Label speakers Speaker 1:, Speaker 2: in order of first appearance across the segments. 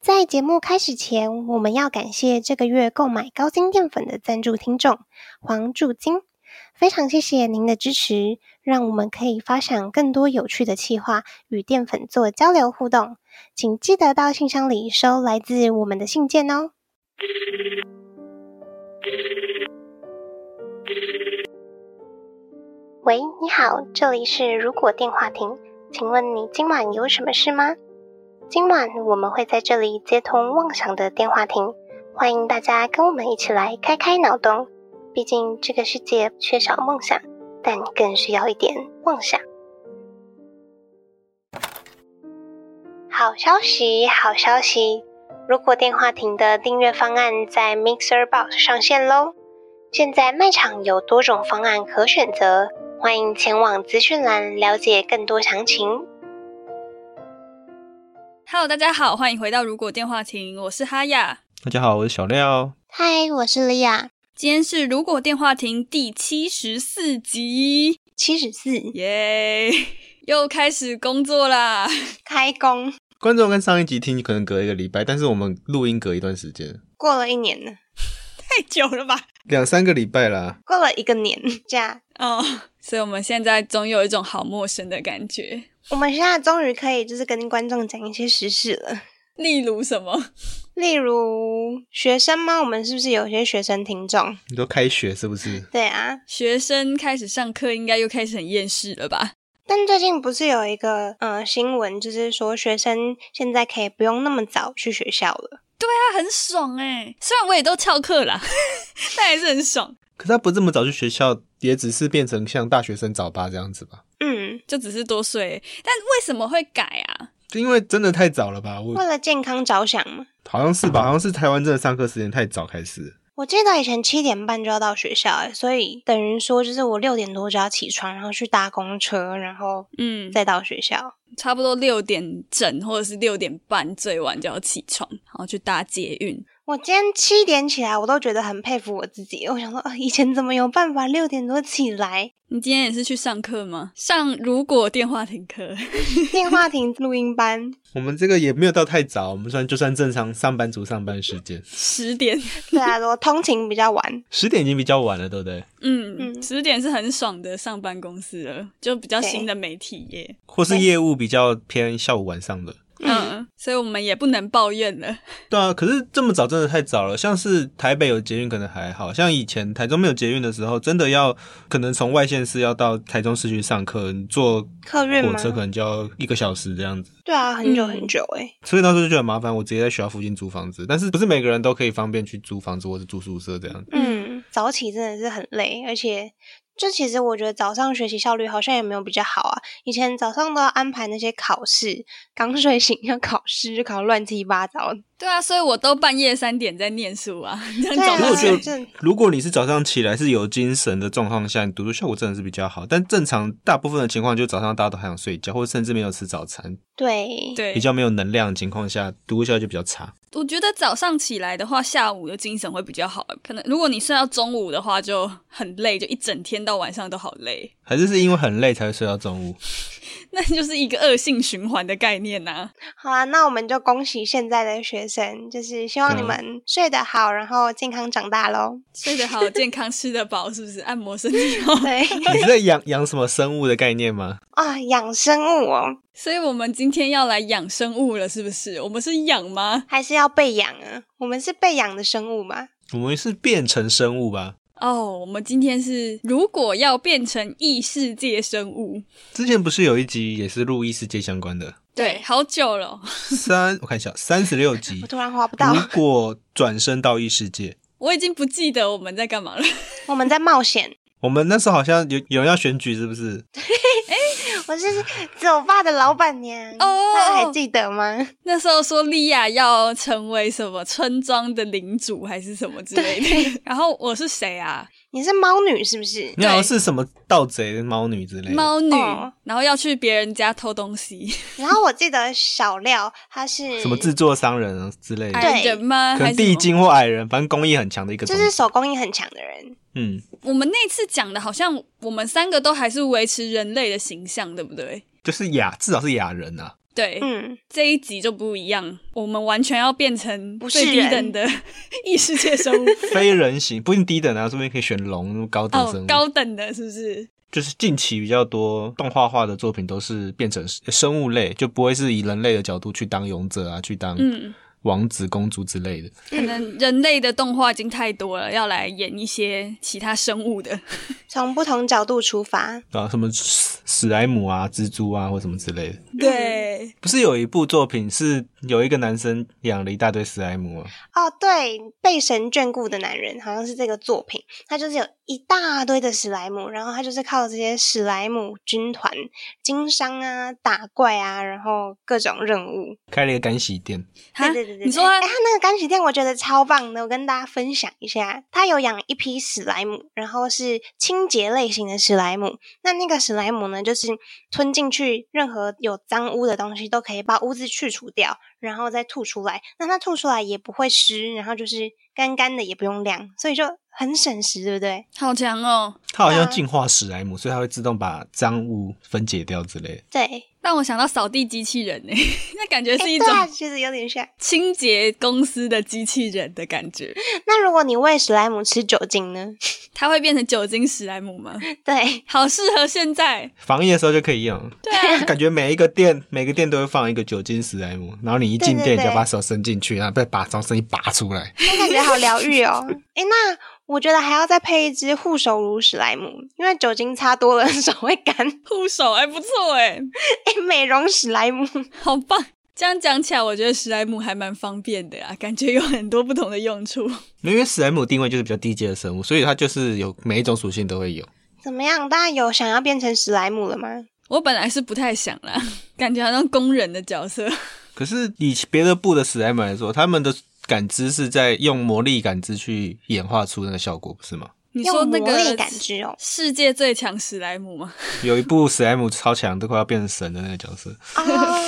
Speaker 1: 在节目开始前，我们要感谢这个月购买高精淀粉的赞助听众黄祝金，非常谢谢您的支持，让我们可以发想更多有趣的企划与淀粉做交流互动。请记得到信箱里收来自我们的信件哦。喂，你好，这里是如果电话亭，请问你今晚有什么事吗？今晚我们会在这里接通妄想的电话亭，欢迎大家跟我们一起来开开脑洞。毕竟这个世界缺少梦想，但更需要一点妄想。好消息，好消息！如果电话亭的订阅方案在 Mixer Box 上线喽。现在卖场有多种方案可选择，欢迎前往资讯栏了解更多详情。
Speaker 2: Hello，大家好，欢迎回到《如果电话亭》，我是哈雅。
Speaker 3: 大家好，我是小廖。
Speaker 1: 嗨，我是莉亚，
Speaker 2: 今天是《如果电话亭》第七十四集，
Speaker 1: 七十四，
Speaker 2: 耶、又开始工作啦！
Speaker 1: 开工
Speaker 3: 观众跟上一集听可能隔一个礼拜，但是我们录音隔一段时间，
Speaker 1: 过了一年了，
Speaker 2: 太久了吧？
Speaker 3: 两三个礼拜啦。
Speaker 1: 过了一个年，这样
Speaker 2: 哦，所以我们现在总有一种好陌生的感觉。
Speaker 1: 我们现在终于可以就是跟观众讲一些实事了。
Speaker 2: 例如什么？
Speaker 1: 例如学生吗？我们是不是有些学生听众？
Speaker 3: 你都开学是不是？
Speaker 1: 对啊，
Speaker 2: 学生开始上课，应该又开始很厌世了吧？
Speaker 1: 但最近不是有一个呃新闻，就是说学生现在可以不用那么早去学校了。
Speaker 2: 他很爽哎、虽然我也都翘课啦， 但还是很爽。
Speaker 3: 可是他不这么早去学校，也只是变成像大学生早八这样子吧？
Speaker 1: 嗯，
Speaker 2: 就只是多睡，但为什么会改啊？
Speaker 3: 就因为真的太早了吧？
Speaker 1: 为
Speaker 3: 我
Speaker 1: 了健康着想嘛。
Speaker 3: 好像是吧？好像是台湾真的上课时间太早开始。
Speaker 1: 我记得以前七点半就要到学校、欸，所以等于说就是我六点多就要起床，然后去搭公车，然后
Speaker 2: 嗯，
Speaker 1: 再到学校。
Speaker 2: 差不多六点整或者是六点半最晚就要起床，然后去搭捷运。
Speaker 1: 我今天七点起来，我都觉得很佩服我自己。我想说，呃，以前怎么有办法六点多起来？
Speaker 2: 你今天也是去上课吗？上如果电话停课，
Speaker 1: 电话亭录音班，
Speaker 3: 我们这个也没有到太早，我们算就算正常上班族上班时间，
Speaker 2: 十点，
Speaker 1: 对啊，我通勤比较晚，
Speaker 3: 十点已经比较晚了，对不对？
Speaker 2: 嗯，
Speaker 1: 嗯
Speaker 2: 十点是很爽的上班公司了，就比较新的媒体业，
Speaker 3: 或是业务比较偏下午晚上的。
Speaker 1: 嗯
Speaker 2: 嗯，所以我们也不能抱怨了。
Speaker 3: 对啊，可是这么早真的太早了。像是台北有捷运可能还好，像以前台中没有捷运的时候，真的要可能从外县市要到台中市区上课，你坐
Speaker 1: 客运
Speaker 3: 火
Speaker 1: 吗？
Speaker 3: 车可能就要一个小时这样子，
Speaker 1: 对啊，很久
Speaker 2: 嗯
Speaker 1: 很久诶、
Speaker 3: 所以那时候就觉得很麻烦。我直接在学校附近租房子，但是不是每个人都可以方便去租房子或是住宿舍这样。
Speaker 2: 嗯
Speaker 1: 嗯，早起真的是很累，而且就其实我觉得早上学习效率好像也没有比较好啊。以前早上都要安排那些考试，刚睡醒要考试，就考乱七八糟。
Speaker 2: 对啊，所以我都半夜三点在念书啊， 这样
Speaker 1: 对啊，
Speaker 2: 早
Speaker 3: 可是我
Speaker 2: 上
Speaker 3: 觉得
Speaker 1: 这
Speaker 3: 如果你是早上起来是有精神的状况下，你读书效果真的是比较好。但正常大部分的情况，就早上大家都还想睡觉，或者甚至没有吃早餐，
Speaker 1: 对
Speaker 2: 对
Speaker 3: 比，较没有能量的情况下，读书效率就比较差。
Speaker 2: 我觉得早上起来的话，下午的精神会比较好。可能如果你睡到中午的话，就很累，就一整天到晚上都好累。
Speaker 3: 还是是因为很累才会睡到中午。
Speaker 2: 那就是一个恶性循环的概念呐、
Speaker 1: 好啊，那我们就恭喜现在的学生，就是希望你
Speaker 3: 嗯
Speaker 1: 们睡得好，然后健康长大喽。
Speaker 2: 睡得好，健康，吃得饱，是不是？按摩身体 好。
Speaker 1: 对
Speaker 3: 你是在养养什么生物的概念吗？
Speaker 1: 啊，养生物哦，
Speaker 2: 所以我们今天要来养生物了，是不是？我们是养吗？
Speaker 1: 还是要被养啊。我们是被养的生物嘛？
Speaker 3: 我们是变成生物吧？
Speaker 2: 哦，我们今天是如果要变成异世界生物，
Speaker 3: 之前不是有一集也是录异世界相关的
Speaker 2: 对，好久了哦。
Speaker 3: 三，我看一下三十六集
Speaker 1: 我。突然划不到，
Speaker 3: 如果转身到异世界，
Speaker 2: 我已经不记得我们在干嘛了。
Speaker 1: 我们在冒险。
Speaker 3: 我们那时候好像有有人要选举，是不是？
Speaker 1: 我是酒吧的老板娘
Speaker 2: 哦
Speaker 1: 大家还记得吗？
Speaker 2: 那时候说莉亚要成为什么村庄的领主还是什么之类的， 然后我是谁啊？
Speaker 1: 你是猫女是不是？
Speaker 3: 你好像是什么盗贼、猫女之类的。
Speaker 2: 猫女，
Speaker 1: 哦
Speaker 2: 然后要去别人家偷东西，
Speaker 1: 然后我记得小廖他是
Speaker 3: 什么制作商人啊之类的，
Speaker 2: 矮人吗？
Speaker 3: 可
Speaker 2: 还
Speaker 3: 能
Speaker 2: 是什
Speaker 3: 地
Speaker 2: 么？
Speaker 3: 精或矮人，反正工艺很强的一个
Speaker 1: 就
Speaker 3: 种
Speaker 1: 是
Speaker 3: 族。
Speaker 1: 手工艺很强的人。
Speaker 3: 嗯，
Speaker 2: 我们那次讲的好像我们三个都还是维持人类的形象，对不对？
Speaker 3: 就是雅，至少是雅人啊。
Speaker 2: 对，
Speaker 1: 嗯，
Speaker 2: 这一集就不一样，我们完全要变成
Speaker 1: 不
Speaker 2: 最
Speaker 1: 是
Speaker 2: 低
Speaker 1: 人
Speaker 2: 等的异世界生 物
Speaker 3: 非人形不一定低等啊，说不定可以选龙那么高等生
Speaker 2: 哦
Speaker 3: 物。，
Speaker 2: 高等的是不是？
Speaker 3: 就是近期比较多动画化的作品都是变成生物类，就不会是以人类的角度去当勇者啊，去当
Speaker 2: 嗯，
Speaker 3: 王子、公主之类的。
Speaker 2: 可能人类的动画已经太多了，要来演一些其他生物的。
Speaker 1: 从不同角度出发，
Speaker 3: 啊，什么史史莱姆啊、蜘蛛啊，或什么之类的。
Speaker 2: 对，
Speaker 3: 不是有一部作品是有一个男生养了一大堆史莱姆吗？啊
Speaker 1: 哦，对，被神眷顾的男人好像是这个作品，他就是有一大堆的史莱姆，然后他就是靠这些史莱姆军团经商啊、打怪啊，然后各种任务。
Speaker 3: 开了一个干洗店，
Speaker 2: 哈
Speaker 1: 对对对对，
Speaker 2: 啊你说他
Speaker 1: 哎、他那个干洗店我觉得超棒的，我跟大家分享一下，他有养一批史莱姆，然后是清洁类型的史莱姆。那那个史莱姆呢，就是吞进去任何有脏污的东西都可以把污渍去除掉，然后再吐出来。那它吐出来也不会湿，然后就是干干的，也不用晾，所以就很省时，对不对？
Speaker 2: 好强哦，
Speaker 3: 他好
Speaker 1: 对啊
Speaker 3: 像进化史莱姆，所以他会自动把脏污分解掉之类的。
Speaker 1: 对，
Speaker 2: 让我想到扫地机器人诶， 那感觉是
Speaker 1: 哎，
Speaker 2: 一
Speaker 1: 对
Speaker 2: 种
Speaker 1: 啊，其实有点像。
Speaker 2: 清洁公司的机器人的感觉。
Speaker 1: 那如果你喂史莱姆吃酒精呢？
Speaker 2: 它会变成酒精史莱姆吗？
Speaker 1: 对，
Speaker 2: 好适合现在，
Speaker 3: 防疫的时候就可以用，
Speaker 2: 对啊，
Speaker 3: 就感觉每一个店每个店都会放一个酒精史莱姆，然后你一进
Speaker 1: 对对
Speaker 3: 店你就
Speaker 1: 对
Speaker 3: 把手伸进去，然后再把从身体拔出来。
Speaker 1: 那感觉好疗愈哦。诶，那我觉得还要再配一支护手乳史莱姆，因为酒精擦多了 手会干。
Speaker 2: 护手哎、不错哎、
Speaker 1: 诶，美容史莱姆，
Speaker 2: 好棒。这样讲起来，我觉得史莱姆还蛮方便的啊，感觉有很多不同的用处。
Speaker 3: 因为史莱姆定位就是比较低阶的生物，所以它就是有每一种属性都会有。
Speaker 1: 怎么样？大家有想要变成史莱姆了吗？
Speaker 2: 我本来是不太想啦， 感觉好像工人的角色。
Speaker 3: 可是以别的部的史莱姆来说，他们的感知是在用魔力感知去演化出那个效果，不是吗？
Speaker 2: 你说
Speaker 1: 用
Speaker 2: 那
Speaker 1: 魔力
Speaker 2: 个
Speaker 1: 感知 哦。
Speaker 2: 世界最强史莱姆吗？
Speaker 3: 有一部史莱姆超强，都快要变成神的那个角色，
Speaker 1: 啊，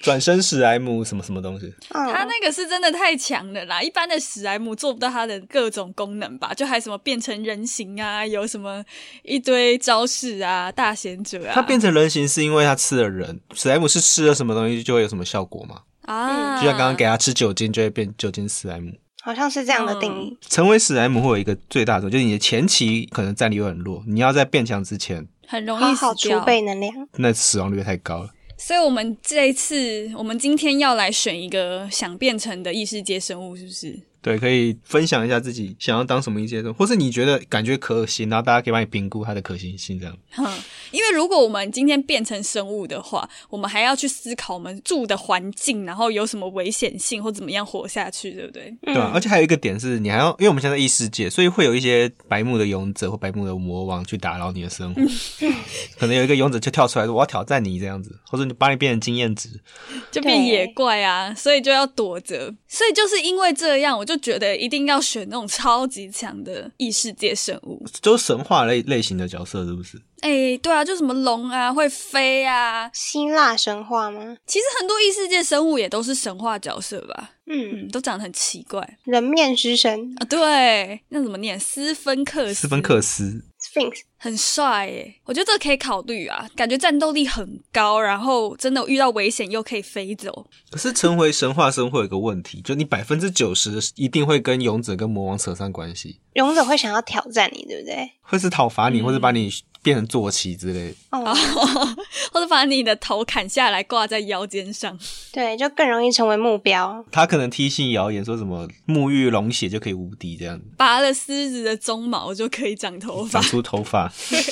Speaker 3: 转身史莱姆什么什么东西，
Speaker 2: 他
Speaker 1: 嗯，
Speaker 2: 那个是真的太强了啦，一般的史莱姆做不到它的各种功能吧，就还什么变成人形啊，有什么一堆招式啊，大贤者啊。
Speaker 3: 它变成人形是因为它吃了人，史莱姆是吃了什么东西就会有什么效果嘛？
Speaker 2: 啊，
Speaker 3: 就像刚刚给它吃酒精就会变酒精史莱姆。
Speaker 1: 好像是这样的定义。
Speaker 3: 成为史莱姆会有一个最大的错，就是你的前期可能战力会很弱，你要在变强之前，
Speaker 2: 很容
Speaker 1: 好
Speaker 2: 易
Speaker 1: 好
Speaker 2: 死
Speaker 1: 储
Speaker 2: 掉。
Speaker 1: 备能量，
Speaker 3: 那死亡率太高了。
Speaker 2: 所以我们这一次，我们今天要来选一个想变成的异世界生物，是不是？
Speaker 3: 对，可以分享一下自己想要当什么一些或是你觉得感觉可行，然后大家可以帮你评估它的可行性，这样。
Speaker 2: 哼，因为如果我们今天变成生物的话，我们还要去思考我们住的环境，然后有什么危险性或怎么样活下去，对不对？
Speaker 1: 嗯
Speaker 3: 对、啊，而且还有一个点是，你还要，因为我们现在在异世界，所以会有一些白目的勇者或白目的魔王去打扰你的生活。 可能有一个勇者就跳出来说：“我要挑战你这样子，或者你把你变成经验值。
Speaker 2: 就变
Speaker 1: 对
Speaker 2: 野怪啊，所以就要躲着。所以就是因为这样，我就觉得一定要选那种超级强的异世界生物。”
Speaker 3: 就是神话类类型的角色，是不是？
Speaker 2: 哎、对啊，就什么龙啊，会飞啊。
Speaker 1: 希腊神话吗？
Speaker 2: 其实很多异世界生物也都是神话角色吧，
Speaker 1: 嗯，
Speaker 2: 嗯，都长得很奇怪
Speaker 1: 人面狮神
Speaker 2: 啊。对，那怎么念？斯芬克斯，
Speaker 3: 斯芬克斯
Speaker 1: Sphinx，
Speaker 2: 很帅耶，我觉得这个可以考虑啊，感觉战斗力很高，然后真的遇到危险又可以飞走。
Speaker 3: 可是成为神话生会有一个问题，就你百分之九十一定会跟勇者跟魔王扯上关系，
Speaker 1: 勇者会想要挑战你，对不对？
Speaker 3: 会是讨伐你，
Speaker 2: 嗯
Speaker 3: 或者把你变成坐骑之类的。
Speaker 1: 哦，
Speaker 2: 啊或者把你的头砍下来挂在腰间上，
Speaker 1: 对，就更容易成为目标。
Speaker 3: 他可能听信谣言，说什么沐浴龙血就可以无敌这样子。
Speaker 2: 拔了狮子的鬃毛就可以长头
Speaker 3: 长
Speaker 2: 发。
Speaker 3: 出头发。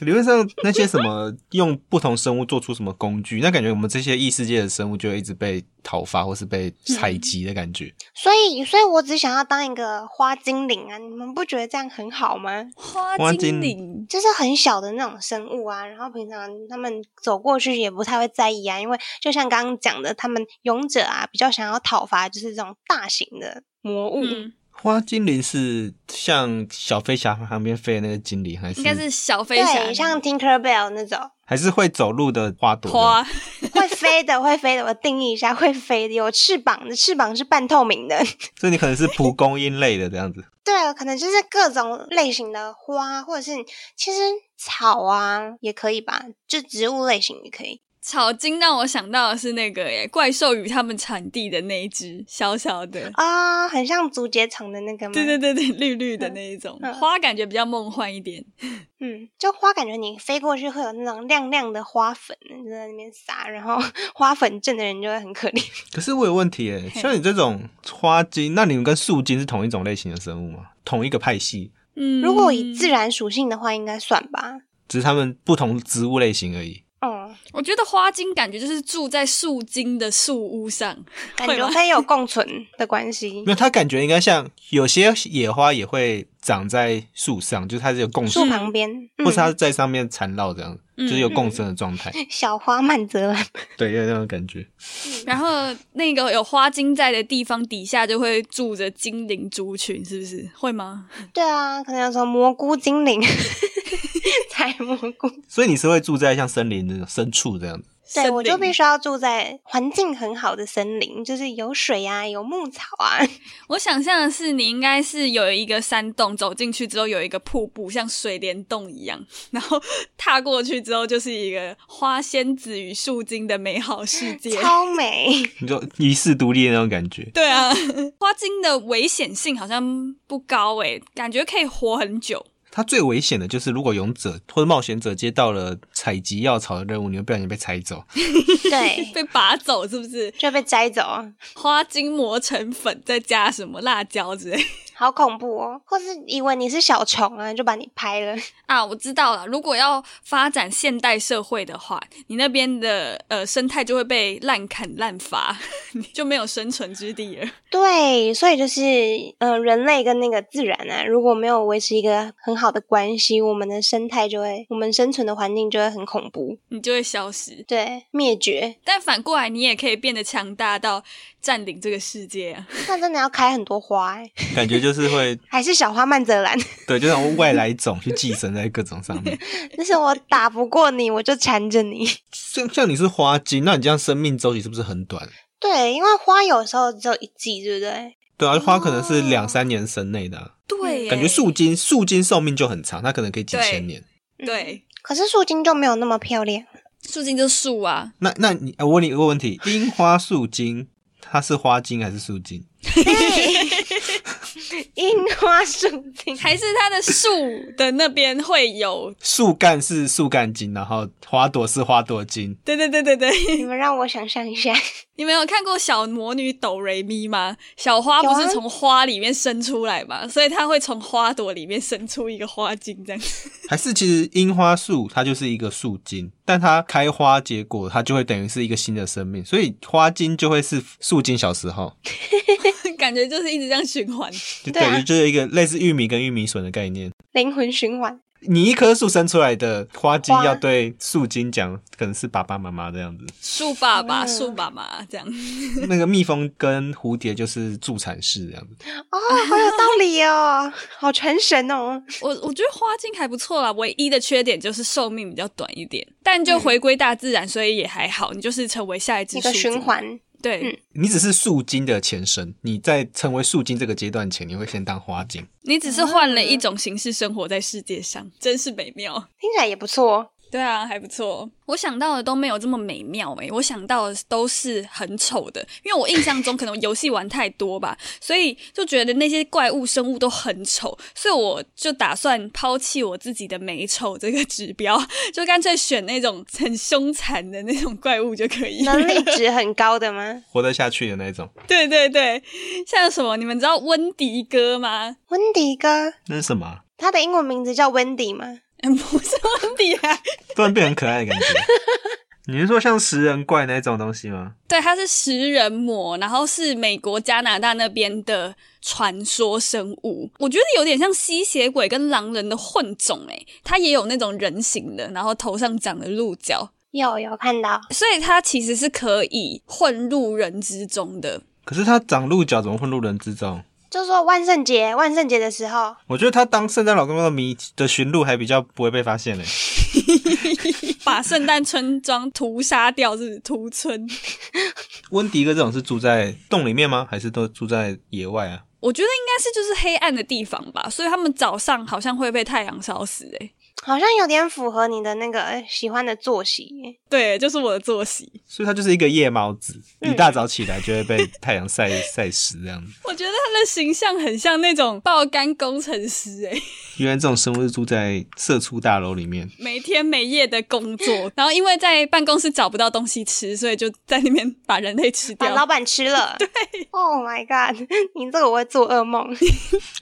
Speaker 3: 理论上，那些什么用不同生物做出什么工具，那感觉我们这些异世界的生物就会一直被讨伐或是被采集的感觉。
Speaker 2: 嗯
Speaker 1: 所以，所以我只想要当一个花精灵啊！你们不觉得这样很好吗？
Speaker 2: 花
Speaker 3: 花
Speaker 2: 精
Speaker 3: 精
Speaker 2: 灵，
Speaker 1: 就是很小的那种生物啊，然后平常他们走过去也不太会在意啊，因为就像刚刚讲的，他们勇者啊比较想要讨伐就是这种大型的魔物，
Speaker 2: 嗯，
Speaker 3: 花精灵是像小飞侠旁边飞的那个精灵，还是
Speaker 2: 应该是小飞侠
Speaker 1: 对，像 Tinker Bell 那种
Speaker 3: 还是会走路的花朵？
Speaker 2: 花，
Speaker 1: 会飞的，会飞的，我定义一下，会飞的，有翅膀的，翅膀是半透明的，
Speaker 3: 所以你可能是蒲公英类的这样子。
Speaker 1: 对，啊可能就是各种类型的花，或者是其实草啊也可以吧，就植物类型也可以。
Speaker 2: 草金让我想到的是那个耶，怪兽与他们产地的那一只小小的，
Speaker 1: 啊、很像竹节虫的那个吗？
Speaker 2: 对对对对，绿绿的那一种
Speaker 1: 嗯嗯
Speaker 2: 花，感觉比较梦幻一点。
Speaker 1: 嗯，就花感觉你飞过去会有那种亮亮的花粉，就在那边撒，然后 花粉症的人就会很可怜。
Speaker 3: 可是我有问题耶，
Speaker 2: 嘿
Speaker 3: 像你这种花精，那你们跟树精是同一种类型的生物吗？同一个派系，
Speaker 2: 嗯，
Speaker 1: 如果以自，然属性的话，应该算吧。
Speaker 3: 只是它们不同植物类型而已。
Speaker 1: 嗯，
Speaker 2: 我觉得花精感觉就是住在树精的树屋上，
Speaker 1: 感
Speaker 2: 会
Speaker 1: 觉
Speaker 2: 吗
Speaker 1: 会有共存的关系
Speaker 3: 没。有，它感觉应该像有些野花也会长在树上，就是它是有共
Speaker 1: 树
Speaker 3: 生，
Speaker 1: 旁边，
Speaker 3: 或是它
Speaker 1: 嗯，
Speaker 3: 在上面缠绕这样，
Speaker 2: 嗯
Speaker 3: 就是有共生的状态。
Speaker 1: 小花曼泽兰，
Speaker 3: 对，有那种感觉。
Speaker 1: 嗯
Speaker 2: 然后那个有花精在的地方底下就会住着精灵族群，是不是？会吗？
Speaker 1: 对啊，可能有什么蘑菇精灵， 采蘑菇。
Speaker 3: 所以你是会住在像森林那种深处这样子。
Speaker 1: 对，我就
Speaker 2: 森林
Speaker 1: 必须要住在环境很好的森林，就是有水啊，有牧草啊。
Speaker 2: 我想象的是，你应该是有一个山洞，走进去之后有一个瀑布，像水帘洞一样， 然后踏过去之后就是一个花仙子与树精的美好世界。
Speaker 1: 超 美。
Speaker 3: 你就遗世独立的那种感觉。
Speaker 2: 对啊， 花精的危险性好像不高诶、感觉可以活很久。
Speaker 3: 它最危险的就是，如果勇者或者冒险者接到了采集药草的任务，你会不小心被采 走。
Speaker 1: 对，
Speaker 2: 被拔走是不是？
Speaker 1: 就被摘走，啊
Speaker 2: 花精磨成粉，再加什么辣椒之类
Speaker 1: 好恐怖哦！或是以为你是小虫啊，就把你拍了。
Speaker 2: 啊，我知道了。如果要发展现代社会的话，你那边的呃生态就会被滥砍滥伐， 你就没有生存之地了。
Speaker 1: 对，所以就是，嗯、人类跟那个自然啊，如果没有维持一个很好的关系，我们的生态就会，我们生存的环境就会很恐怖，
Speaker 2: 你就会消失，
Speaker 1: 对，灭绝。
Speaker 2: 但反过来，你也可以变得强大到占领这个世界啊！
Speaker 1: 那真的要开很多花、欸，
Speaker 3: 感觉就是会，
Speaker 1: 还是小花曼泽兰？
Speaker 3: 对，就像外来种去寄生在各种上面。
Speaker 1: 就是我打不过你，我就缠着你。
Speaker 3: 像像你是花精，那你这样生命周期是不是很短？
Speaker 1: 对，因为花有时候只有一季，对不对？
Speaker 3: 对啊，花可能是两三年生内的啊、
Speaker 2: 哦对耶，
Speaker 3: 感觉树精树精寿命就很长，它可能可以几千年。
Speaker 1: 嗯
Speaker 2: 对
Speaker 1: 可是树精就没有那么漂亮。
Speaker 2: 树精就是树啊，
Speaker 3: 那那你呃我问你一个问题：樱花树精它是花精还是树精？
Speaker 1: 樱花树精，
Speaker 2: 还是它的树的那边会有？
Speaker 3: 树干是树干精，然后花朵是花朵精。
Speaker 2: 对对对对对，
Speaker 1: 你们让我想象一 下，
Speaker 2: 你们有看过小魔女斗瑞咪吗？小花不
Speaker 1: 有
Speaker 2: 是
Speaker 1: 啊
Speaker 2: 从花里面生出来嘛，所以它会从花朵里面生出一个花精这样。
Speaker 3: 还是其实樱花树它就是一个树精，但它开花结果，它就会等于是一个新的生命，所以花精就会是树精小时候，
Speaker 2: 感觉就是一直这样循环。
Speaker 3: 就
Speaker 1: 对啊
Speaker 3: 等于就是一个类似玉米跟玉米笋的概念。
Speaker 1: 灵魂循环。
Speaker 3: 你一棵树生出来的花精
Speaker 1: 花
Speaker 3: 要对树精讲，可能是爸爸妈妈这样子。
Speaker 2: 树爸爸、
Speaker 1: 嗯
Speaker 2: 树妈妈这样，
Speaker 3: 那个蜜蜂跟蝴蝶就是助产士这样子。
Speaker 1: 哦，好有道理哦， 好传神哦。
Speaker 2: 我我觉得花精还不错啦，唯一的缺点就是寿命比较短一点，但就回归大自然，所以也还好。你就是成为下一只
Speaker 1: 一个
Speaker 2: 树精
Speaker 1: 循，环，
Speaker 2: 对，
Speaker 1: 嗯
Speaker 3: 你只是树精的前身，你在成为树精这个阶段前，你会先当花精。
Speaker 2: 你只是换
Speaker 1: 嗯
Speaker 2: 了一种形式生活在世界上，真是美妙。
Speaker 1: 听起来也不错。哦
Speaker 2: 对啊，还不错。我想到的都没有这么美妙欸诶、我想到的都是很丑的，因为我印象中可能游戏玩太多吧，所以就觉得那些怪物生物都很丑，所以我就打算抛弃我自己的美丑这个指标， 就干脆选那种很凶残的那种怪物就可以。
Speaker 1: 能力值很高的吗？
Speaker 3: 活得下去的那种，
Speaker 2: 对对对，像什么你们知道温迪哥吗？
Speaker 1: 温迪哥，
Speaker 3: 那是什么啊？
Speaker 1: 他的英文名字叫温迪吗？
Speaker 2: 嗯不是温迪啊，
Speaker 3: 突然变很可爱的感觉。 你是说像食人怪那种东西吗？
Speaker 2: 对，它是食人魔，然后是美国、加拿大那边的传说生物。我觉得有点像吸血鬼跟狼人的混种诶、它也有那种人形的，然后头上长了鹿角，
Speaker 1: 有有看到，
Speaker 2: 所以它其实是可以混入人之中的。
Speaker 3: 可是它长鹿角，怎么混入人之中？
Speaker 1: 就说万圣节，万圣节的时候，
Speaker 3: 我觉得它当圣诞老公公的迷的驯鹿还比较不会被发现呢。
Speaker 2: 把圣诞村庄屠杀掉，是不是屠村？
Speaker 3: 温迪哥这种是住在洞里面吗？还是都住在野外啊？
Speaker 2: 我觉得应该是就是黑暗的地方吧，所以他们早上好像会被太阳烧死诶、欸
Speaker 1: 好像有点符合你的那个呃喜欢的作息耶。
Speaker 2: 对，就是我的作息。
Speaker 3: 所以它就是一个夜猫子，
Speaker 1: 嗯
Speaker 3: 一大早起来就会被太阳晒晒死这样子。
Speaker 2: 我觉得他的形象很像那种爆肝工程师、欸诶，
Speaker 3: 原来这种生物是住在社畜大楼里面，
Speaker 2: 每天每夜的工 作，然后因为在办公室找不到东西吃，所以就在那边把人类吃
Speaker 1: 把老
Speaker 2: 掉。
Speaker 1: 板吃了， 对，Oh my god！你这个我会做噩 梦，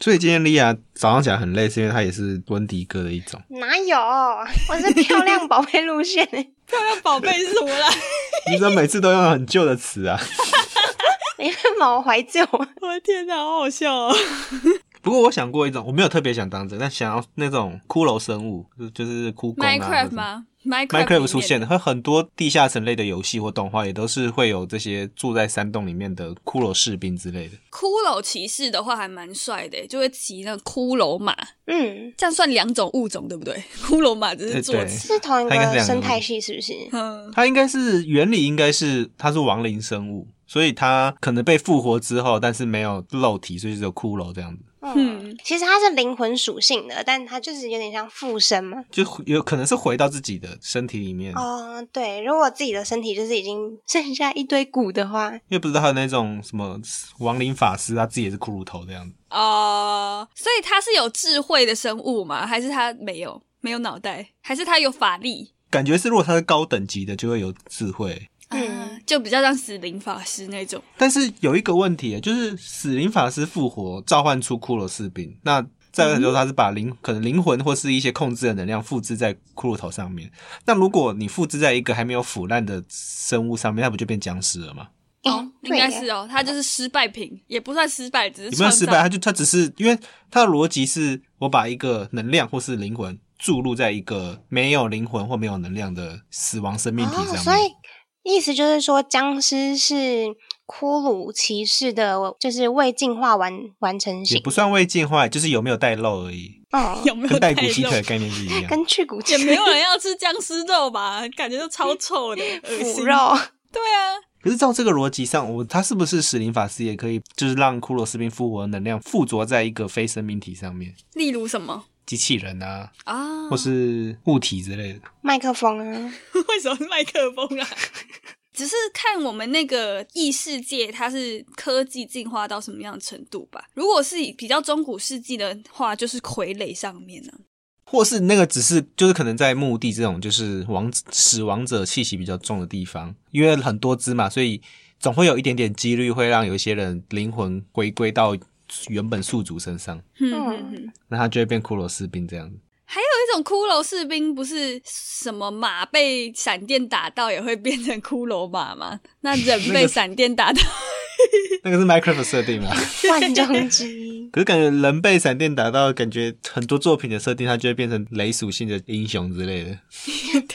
Speaker 3: 所以今天莉亚早上起来很累，是因为她也是温迪哥的一种。
Speaker 1: 哪有？我是漂亮宝贝路线 耶，
Speaker 2: 漂亮宝贝是什么啦？
Speaker 3: 你怎么每次都用很旧的词啊？
Speaker 1: 没办法，我怀旧。
Speaker 2: 我的天哪，好好笑哦！
Speaker 3: 不过我想过一种，我没有特别想当这个，但想要那种骷髅生物，就就是骷髅、啊。
Speaker 2: Minecraft 吗
Speaker 3: m i n e c r a f
Speaker 2: ？Minecraft
Speaker 3: t 出现
Speaker 2: 里面
Speaker 3: 的，和很多地下城类的游戏或动画也都是会有这些住在山洞里面的骷髅士兵之类的。
Speaker 2: 骷髅骑士的话还蛮帅的，就会骑那个骷髅马，
Speaker 1: 嗯，
Speaker 2: 这样算两种物种对不对？ 骷髅马只是
Speaker 3: 对
Speaker 2: 坐
Speaker 3: 对
Speaker 2: 骑，
Speaker 1: 是同一
Speaker 3: 它应该是两
Speaker 1: 个
Speaker 3: 个
Speaker 1: 生态系，是不是？
Speaker 2: 嗯，
Speaker 3: 它应该是原理应该是它是亡灵生物，所以它可能被复活之后，但是没有肉体，所以只有骷髅这样子，
Speaker 1: 嗯，其实它是灵魂属性的，但它就是有点像附身嘛。
Speaker 3: 就有可能是回到自己的身体里面，
Speaker 1: 哦，对，如果自己的身体就是已经剩下一堆骨的话，
Speaker 3: 因为不知道还有那种什么亡灵法师，他自己也是骷髅头这样子。
Speaker 2: 哦，所以它是有智慧的生物吗？还是它没有没有脑袋？还是它有法力？
Speaker 3: 感觉是，如果他是高等级的，就会有智慧。
Speaker 2: 嗯、
Speaker 1: 嗯
Speaker 2: 就比较像死灵法师那种。
Speaker 3: 但是有一个问题，就是死灵法师复活召唤出骷髅士兵，那再来说他是把灵、可能灵魂或是一些控制的能量复制在骷髅头上面。那如果你复制在一个还没有腐烂的生物上面，那不就变僵尸了吗？
Speaker 2: 哦，
Speaker 1: 诶
Speaker 2: 应该
Speaker 1: 对耶
Speaker 2: 是哦，它就是失败品，也不算失败，只是
Speaker 3: 有没有
Speaker 2: 创
Speaker 3: 失败？
Speaker 2: 造
Speaker 3: 他就他只是因为他的逻辑是我把一个能量或是灵魂注入在一个没有灵魂或没有能量的死亡生命体
Speaker 1: 哦，
Speaker 3: 上
Speaker 1: 所
Speaker 3: 面。
Speaker 1: 以意思就是说，僵尸是骷髅骑士的，就是未进化完完成
Speaker 3: 也
Speaker 1: 型
Speaker 3: 不算未进化，就是有没有带肉而已，
Speaker 1: 哦，
Speaker 2: 有没有
Speaker 3: 跟带
Speaker 2: 带
Speaker 3: 骨吸
Speaker 2: 肉
Speaker 3: 腿的概念是一样。
Speaker 1: 跟去骨
Speaker 2: 也
Speaker 1: 气
Speaker 2: 没有人要吃僵尸肉吧？感觉都超臭的，恶
Speaker 1: 腐
Speaker 2: 心。
Speaker 1: 肉，
Speaker 2: 对啊，
Speaker 3: 可是照这个逻辑上，我他是不是使灵法师也可以，就是让骷髅士兵复活的能量附着在一个非生命体上面，
Speaker 2: 例如什么
Speaker 3: 机器人啊，
Speaker 2: 啊？
Speaker 3: 或是物体之类的？
Speaker 1: 麦克风 啊，
Speaker 2: 为什么是麦克风啊？ 只是看我们那个异世界，它是科技进化到什么样的程度吧。如果是以比较中古世纪的话，就是傀儡上面啊呢、
Speaker 3: 或是那个只是就是可能在墓地这种就是王使王者气息比较重的地方，因为很多只嘛，所以总会有一点点几率会让有一些人灵魂回归到原本宿主身上，
Speaker 2: 嗯
Speaker 1: 嗯
Speaker 2: 嗯嗯，
Speaker 3: 那他就会变骷髅士兵这样子。
Speaker 2: 还有一种骷髅士兵，不是什么马被闪电打到也会变成骷髅马吗？那人被闪电打到，。
Speaker 3: 那个是 Minecraft 设定嘛？
Speaker 1: 万中之一。
Speaker 3: 可是感觉人被闪电打到，感觉很多作品的设定，它就会变成雷属性的英雄之类的，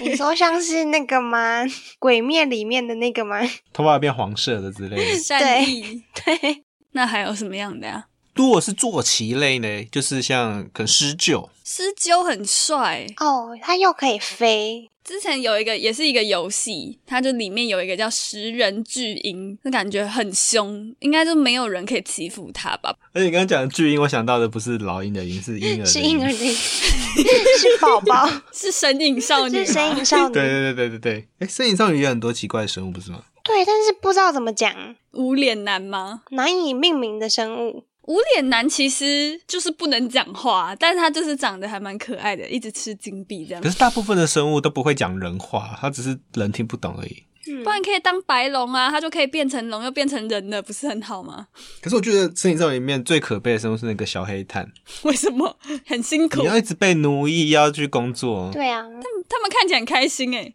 Speaker 1: 你说像是那个吗？鬼灭里面的那个吗？
Speaker 3: 头发变黄色的之类的
Speaker 2: 善意。
Speaker 1: 对，
Speaker 2: 那还有什么样的呀、
Speaker 3: 如果是坐骑类呢，就是像可能狮鹫，
Speaker 2: 狮鹫很帅，
Speaker 1: 哦，它又可以飞，
Speaker 2: 之前有一个也是一个游戏，它就里面有一个叫食人巨鹰，那感觉很凶，应该就没有人可以欺负它吧？
Speaker 3: 而且你刚刚讲的巨鹰，我想到的不是老鹰的鹰，是婴儿的
Speaker 1: 是婴儿的婴，是宝宝，
Speaker 2: 是神 隐少女吗，
Speaker 1: 是神隐少女。
Speaker 3: 哦对对对对对对，哎，森影少女也有很多奇怪的生物，不是吗？
Speaker 1: 对，但是不知道怎么讲，
Speaker 2: 无脸男吗？
Speaker 1: 难以命名的生物。
Speaker 2: 无脸男其实就是不能讲话，但是他就是长得还蛮可爱的，一直吃金币这样
Speaker 3: 可。是大部分的生物都不会讲人话，它只是人听不懂而已。
Speaker 1: 嗯
Speaker 2: 不然可以当白龙啊，他就可以变成龙，又变成人了，不是很好吗？
Speaker 3: 可是我觉得森影少女里面最可悲的生物是那个小黑炭，
Speaker 2: 为什么很辛
Speaker 3: 你
Speaker 2: 苦？
Speaker 3: 要一直被奴役，要去工作，
Speaker 1: 对啊，
Speaker 2: 他们看起来很开心欸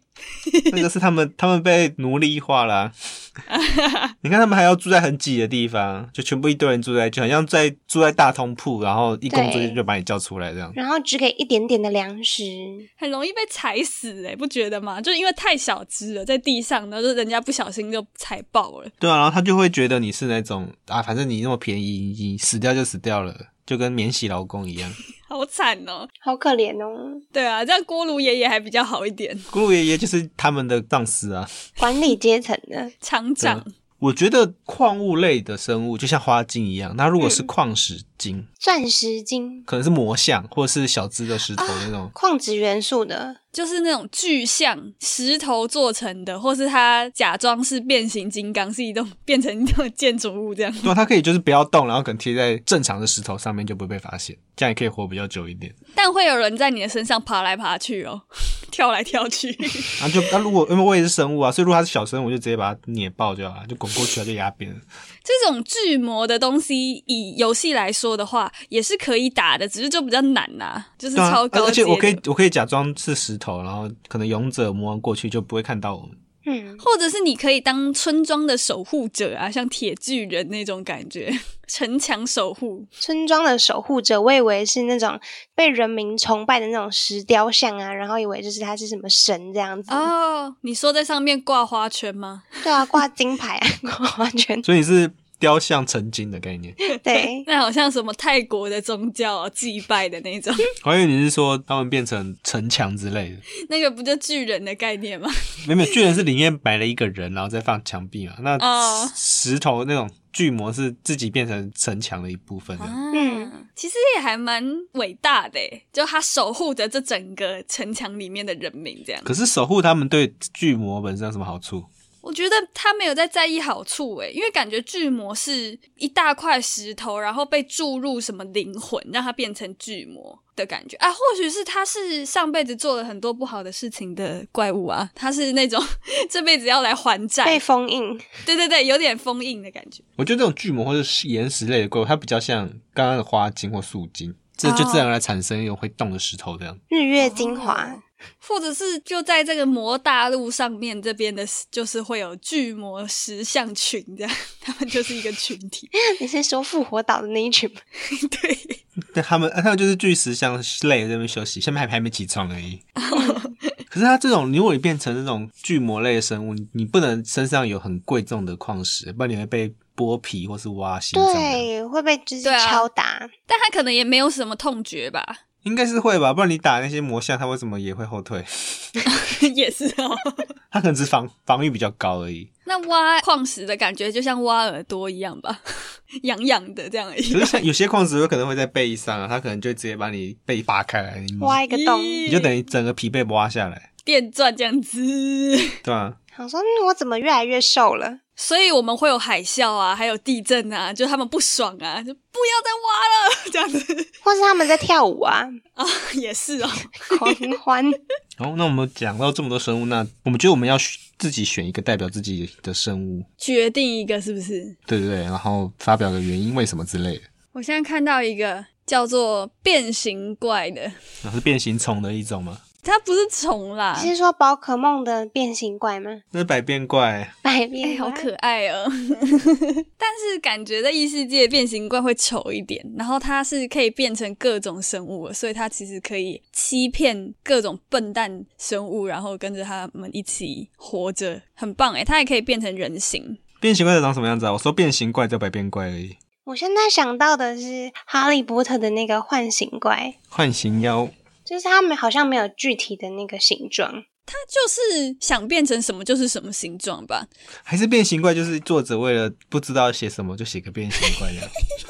Speaker 2: 诶、
Speaker 3: 那个是他们，他们被奴隶化啦、你看他们还要住在很挤的地方，就全部一堆人住在一起，好像在住在大通铺，然后一工作
Speaker 1: 对
Speaker 3: 就就把你叫出来这样。
Speaker 1: 然后只给一点点的粮食，
Speaker 2: 很容易被踩死哎、不觉得吗？就是因为太小只了，在地上，然后就人家不小心就踩爆了。
Speaker 3: 对啊，然后他就会觉得你是那种啊，反正你那么便宜，你死掉就死掉了，就跟免洗劳工一样。
Speaker 2: 好惨哦！
Speaker 1: 好可怜哦。
Speaker 2: 对啊，这样锅炉爷爷还比较好一点，
Speaker 3: 咕噜爷爷就是他们的上司啊，
Speaker 1: 管理阶层的，
Speaker 2: 厂长。
Speaker 3: 我觉得矿物类的生物就像花精一样，它如果是矿石精，
Speaker 4: 钻石晶
Speaker 3: 可能是魔像或者是小只的石头那
Speaker 2: 啊
Speaker 3: 种。
Speaker 4: 矿质元素的，
Speaker 2: 就是那种巨像石头做成的，或是它假装是变形金刚，是一栋变成一栋建筑物这样。
Speaker 3: 对啊，它可以就是不要动，然后可能贴在正常的石头上面就不会被发现，这样也可以活比较久一点。
Speaker 2: 但会有人在你的身上爬来爬去哦， 跳来跳去。
Speaker 3: 然啊后就那、如果因为我也是生物啊，所以如果它是小生物，我就直接把它捏爆就好了，就滚过去它就压扁了。
Speaker 2: 这种巨魔的东西，以游戏来说的话，也是可以打的，只是就比较难呐、就是
Speaker 3: 对啊，
Speaker 2: 超
Speaker 3: 而
Speaker 2: 高
Speaker 3: 而
Speaker 2: 阶
Speaker 3: 且
Speaker 2: 的。
Speaker 3: 我可以我可以假装是石头，然后可能勇者魔王过去就不会看到我们。
Speaker 4: 嗯，
Speaker 2: 或者是你可以当村庄的守护者啊，像铁巨人那种感觉， 城墙守护。
Speaker 4: 村庄的守护者，我以为是那种被人民崇拜的那种石雕像啊，然后以为就是他是什么神这样子。
Speaker 2: 哦，你说在上面挂花圈吗？
Speaker 4: 对啊，挂金牌啊， 挂花圈，
Speaker 3: 所以你是雕像成精的概念，
Speaker 4: 对，
Speaker 2: 那好像什么泰国的宗教、啊、祭拜的那种，
Speaker 3: 我还以为你是说他们变成城墙之类的。
Speaker 2: 那个不就巨人的概念吗？
Speaker 3: 没有没有，巨人是里面摆了一个人，然后再放墙壁嘛。那
Speaker 2: 哦
Speaker 3: 石头那种巨魔是自己变成城墙的一部分的。
Speaker 2: 嗯，其实也还蛮伟大的耶，就他守护着这整个城墙里面的人民，这样。
Speaker 3: 可是守护他们对巨魔本身有什么好处？
Speaker 2: 我觉得他没有在在意好处诶，因为感觉巨魔是一大块石头，然后被注入什么灵魂，让它变成巨魔的感觉啊。或许是他是上辈子做了很多不好的事情的怪物啊，他是那种 这辈子要来还
Speaker 4: 被
Speaker 1: 哦
Speaker 2: 债，
Speaker 4: 封印。
Speaker 2: 对对对，有点封印的感觉。
Speaker 3: 我觉得这种巨魔或者是岩石类的怪物，它比较像刚刚的花精或树精，这就自然而然产生一种会动的石头这样。
Speaker 4: 日月
Speaker 2: 哦
Speaker 4: 精华，
Speaker 2: 或者是就在这个魔大陆上面这边的，就是会有巨魔石像群这样，他们就是一个群体。
Speaker 4: 你是说复活岛的那一群吗？
Speaker 2: 对，
Speaker 3: 但他们啊他们就是巨石像类在那边休息，下面还还没起床而已。可是它这种，如果你变成那种巨魔类的生物，你你不能身上有很贵重的矿石，不然你会被剥皮或是挖心脏的。
Speaker 4: 对，会被就是
Speaker 2: 对啊
Speaker 4: 敲打，
Speaker 2: 但他可能也没有什么痛觉吧，
Speaker 3: 应该是会吧，不然你打那些魔像，它为什么也会后退？
Speaker 2: 也是哦。
Speaker 3: 它可能只是防防御比较高而已。
Speaker 2: 那挖矿石的感觉就像挖耳朵一样吧， 痒痒的这样而已
Speaker 3: 可。是像有些矿石有可能会在背上啊，它可能就直接把你背扒开来，你
Speaker 4: 挖一个洞。
Speaker 2: 咦
Speaker 3: 你就等于整个皮被挖下来，
Speaker 2: 电钻这样子，
Speaker 3: 对吧、
Speaker 4: 想说，嗯我怎么越来越瘦了？
Speaker 2: 所以我们会有海啸啊，还有地震啊，就他们不爽啊，就不要再挖了 这样子
Speaker 4: 或是他们在跳舞 啊，
Speaker 2: 啊，也是哦。
Speaker 4: 狂欢。
Speaker 3: 然后，那我们讲到这么多生物，那我们觉得我们要选自己选一个代表自己的生物，
Speaker 2: 决定一个是不是？
Speaker 3: 对对对，然后发表个原因为什么之类的，
Speaker 2: 我现在看到一个叫做变形怪的，
Speaker 3: 然后是变形虫的一种吗？
Speaker 2: 它不是虫啦，
Speaker 4: 你是说宝可梦的变形怪吗？
Speaker 3: 那是百变怪，
Speaker 4: 百
Speaker 2: 哎、
Speaker 4: 变怪
Speaker 2: 好可爱哦！但是感觉在异世界变形怪会丑一点，然后它是可以变成各种生物的，所以它其实可以欺骗各种笨蛋生物，然后跟着他们一起活着，很棒哎！它也可以变成人形，
Speaker 3: 变形怪长什么样子啊？我说变形怪叫百变怪而已，
Speaker 4: 我现在想到的是《哈利波特》的那个幻形怪，
Speaker 3: 幻形妖
Speaker 4: 就是他们好像没有具体的那个形状，
Speaker 2: 它就是想变成什么就是什么形状吧。
Speaker 3: 还是变形怪？就是作者为了不知道写什么，就写个变形怪 这样，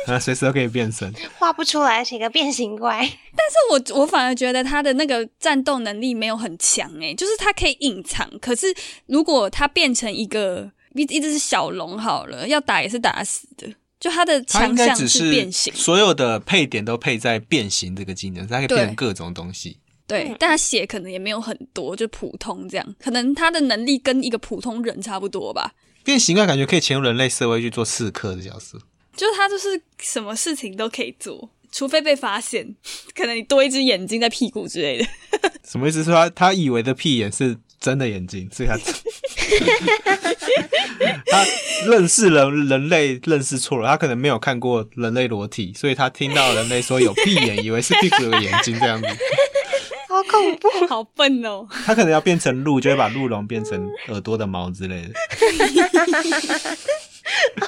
Speaker 3: 啊，随时都可以变身。
Speaker 4: 画不出来，写个变形怪。
Speaker 2: 但是我我反而觉得他的那个战斗能力没有很强诶、就是他可以隐藏，可是如果他变成一个一一只小龙好了，要打也是打死的。就他的
Speaker 3: 它
Speaker 2: 强
Speaker 3: 应该
Speaker 2: 项
Speaker 3: 只
Speaker 2: 变形，
Speaker 3: 所有的配点都配在变形这个技能，它可以变成
Speaker 2: 对
Speaker 3: 各种东西。
Speaker 2: 对，但他血可能也没有很多，就普通这样。可能他的能力跟一个普通人差不多吧。
Speaker 3: 变形怪感觉可以潜入人类社会去做刺客的角色。
Speaker 2: 就是他就是什么事情都可以做，除非被发现， 可能你多一只眼睛在屁股之类的。
Speaker 3: 什么意思？说他他以为的屁眼是真的眼睛，所以他 他认识人人类认识错了，他可能没有看过人类裸体，所以他听到人类说有屁眼，以为是屁股有个眼睛这样子。
Speaker 4: 好恐怖！
Speaker 2: 好笨哦！
Speaker 3: 他可能要变成鹿，就会把鹿茸变成耳朵的毛之类的。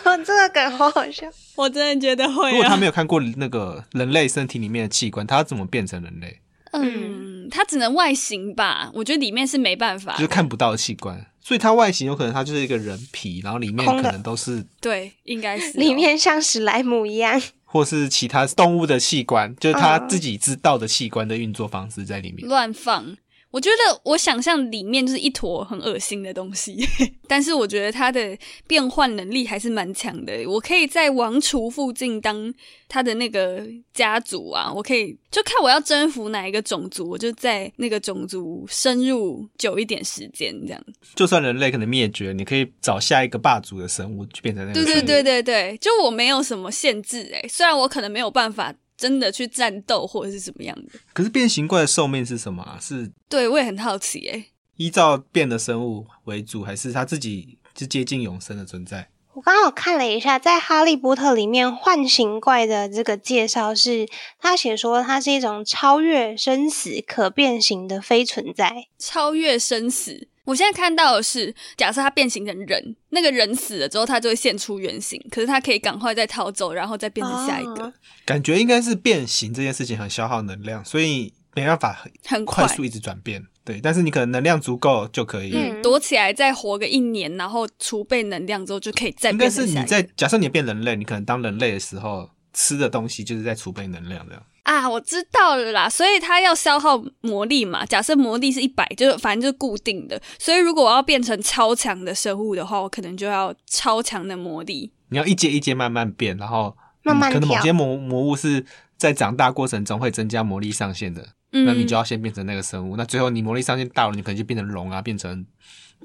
Speaker 4: 哦，这个梗好好笑。
Speaker 2: 我真的觉得会、啊。
Speaker 3: 如果他没有看过那个人类身体里面的器官，他要怎么变成人类？
Speaker 2: 嗯，它只能外形吧，我觉得里面是没办法
Speaker 3: 就
Speaker 2: 的，
Speaker 3: 是看不到的器官，所以它外形有可能它就是一个人皮，然后里面
Speaker 1: 空的
Speaker 3: 可能都是
Speaker 2: 对，应该是哦、
Speaker 1: 里面像史莱姆一样，
Speaker 3: 或是其他动物的器官，就是它
Speaker 1: 嗯
Speaker 3: 自己知道的器官的运作方式在里面。
Speaker 2: 乱放。我觉得我想象里面就是一坨很恶心的东西， 但是我觉得它的变换能力还是蛮强的。我可以在王厨附近当他的那个家族啊，我可以就看我要征服哪一个种族，我就在那个种族深入久一点时间这样。
Speaker 3: 就算人类可能灭绝，你可以找下一个霸主的生物去变成那个
Speaker 2: 对
Speaker 3: 生物。
Speaker 2: 对对对对，就我没有什么限制诶、虽然我可能没有办法真的去战斗或者是怎么样的，
Speaker 3: 可是变形怪的寿命是什么啊？是
Speaker 2: 对我也很好奇诶、欸
Speaker 3: 依照变的生物为主，还是它自己是接近永生的存在？
Speaker 1: 我刚好看了一下，在《哈利波特》里面，幻形怪的这个介绍是，他写说它是一种超越生死、可变形的非存在。
Speaker 2: 超越生死。我现在看到的是，假设他变形成人，那个人死了之后，他就会现出原形，可是他可以赶快再逃走，然后再变成下一个，
Speaker 1: 哦
Speaker 3: 感觉应该是变形这件事情很消耗能量，所以没办法
Speaker 2: 很快
Speaker 3: 快。速一直转变。对，但是你可能能量足够就可以。
Speaker 2: 嗯，躲起来再活个一年，然后储备能量之后就可以再
Speaker 3: 应该
Speaker 2: 变
Speaker 3: 是
Speaker 2: 成
Speaker 3: 你
Speaker 2: 下一
Speaker 3: 在
Speaker 2: 个
Speaker 3: 假设你变人类，你可能当人类的时候吃的东西就是在储备能量这样。
Speaker 2: 啊，我知道了啦，所以他要消耗魔力嘛。假设魔力是一百，就是反正就是固定的。所以如果我要变成超强的生物的话，我可能就要超强的魔力。
Speaker 3: 你要一阶一阶慢慢变，然后
Speaker 1: 慢慢
Speaker 3: 嗯可能某
Speaker 1: 跳
Speaker 3: 些魔魔物是在长大过程中会增加魔力上限的，
Speaker 2: 嗯，
Speaker 3: 那你就要先变成那个生物。那最后你魔力上限到了，你可能就变成龙啊，变成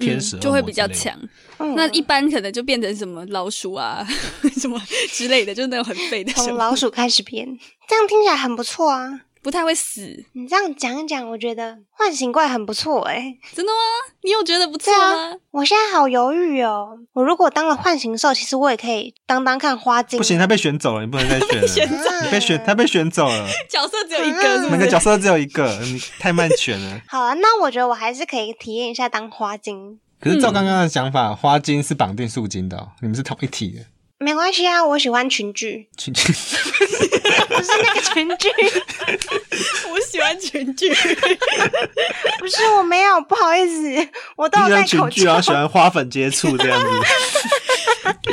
Speaker 3: 天使、
Speaker 2: 嗯、就会比较。强。
Speaker 1: 嗯
Speaker 2: 那一般可能就变成什么老鼠啊， 什么之类的，就是那种很废的
Speaker 1: 从
Speaker 2: 生物，
Speaker 1: 老鼠开始变，这样听起来很不错啊！
Speaker 2: 不太会死。
Speaker 1: 你这样讲一讲，我觉得幻形怪很不错诶、
Speaker 2: 真的吗？你有觉得不错
Speaker 1: 对啊
Speaker 2: 吗？
Speaker 1: 我现在好犹豫哦，我如果当了幻形兽，其实我也可以当当看花精。嗯
Speaker 3: 不行，他被选走了，你不能再选了。
Speaker 2: 选 走
Speaker 3: 你被选，他被选走了。
Speaker 2: 角色只有一个，是
Speaker 3: 每
Speaker 2: 不
Speaker 3: 个
Speaker 2: 是？
Speaker 3: 角色只有一个，你太慢选了。
Speaker 1: 好啊，那我觉得我还是可以体验一下当花精，
Speaker 3: 可是照刚刚的想法，花金是绑定树精的、哦，你们是同一体的。
Speaker 1: 没关系啊，我喜欢群聚，
Speaker 3: 群 聚
Speaker 1: 不是那个群聚，
Speaker 2: 我喜欢群聚，
Speaker 1: 不是我没有，不好意思，我都有
Speaker 3: 喜
Speaker 1: 戴
Speaker 3: 欢
Speaker 1: 口
Speaker 3: 群聚，然
Speaker 1: 罩
Speaker 3: 啊
Speaker 1: 嗯
Speaker 3: 后。喜欢花粉接触这样子。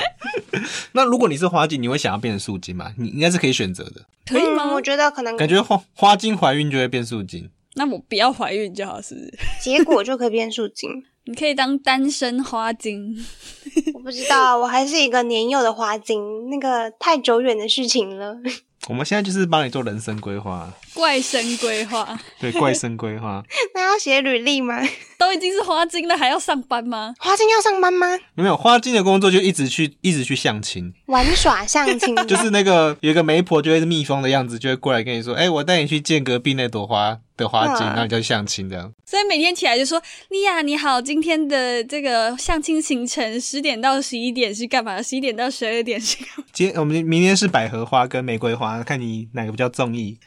Speaker 3: 那如果你是花精，你会想要变成树精吗？你应该是可以选择的。
Speaker 2: 可以
Speaker 1: 嗯
Speaker 2: 吗
Speaker 1: 我？觉得可能
Speaker 3: 感觉花花精怀孕就会变树精，
Speaker 2: 那我不要怀孕就好，是不是？
Speaker 1: 结果就可以变树精，
Speaker 2: 你可以当单身花精，
Speaker 1: 我不知道，我还是一个年幼的花精，那个太久远的事情了。
Speaker 3: 我们现在就是帮你做人生规划，
Speaker 2: 怪生规划，
Speaker 3: 对怪生规划。
Speaker 1: 那要写履历吗？
Speaker 2: 都已经是花精了，还要上班吗？
Speaker 1: 花精要上班吗？
Speaker 3: 有没有花精的工作就一直去一直去相亲，
Speaker 1: 玩耍相亲吗，
Speaker 3: 就是那个有一个媒婆就会是蜜蜂的样子，就会过来跟你说：“哎、我带你去见隔壁那朵花的花
Speaker 1: 哇
Speaker 3: 精，然后你就去相亲这样。”
Speaker 2: 所以每天起来就说：“莉亚，你好，今天的这个相亲行程十点到十一点是干嘛？十一点到十二点是干嘛
Speaker 3: 今天我们明天是百合花跟玫瑰花，看你哪个比较中意。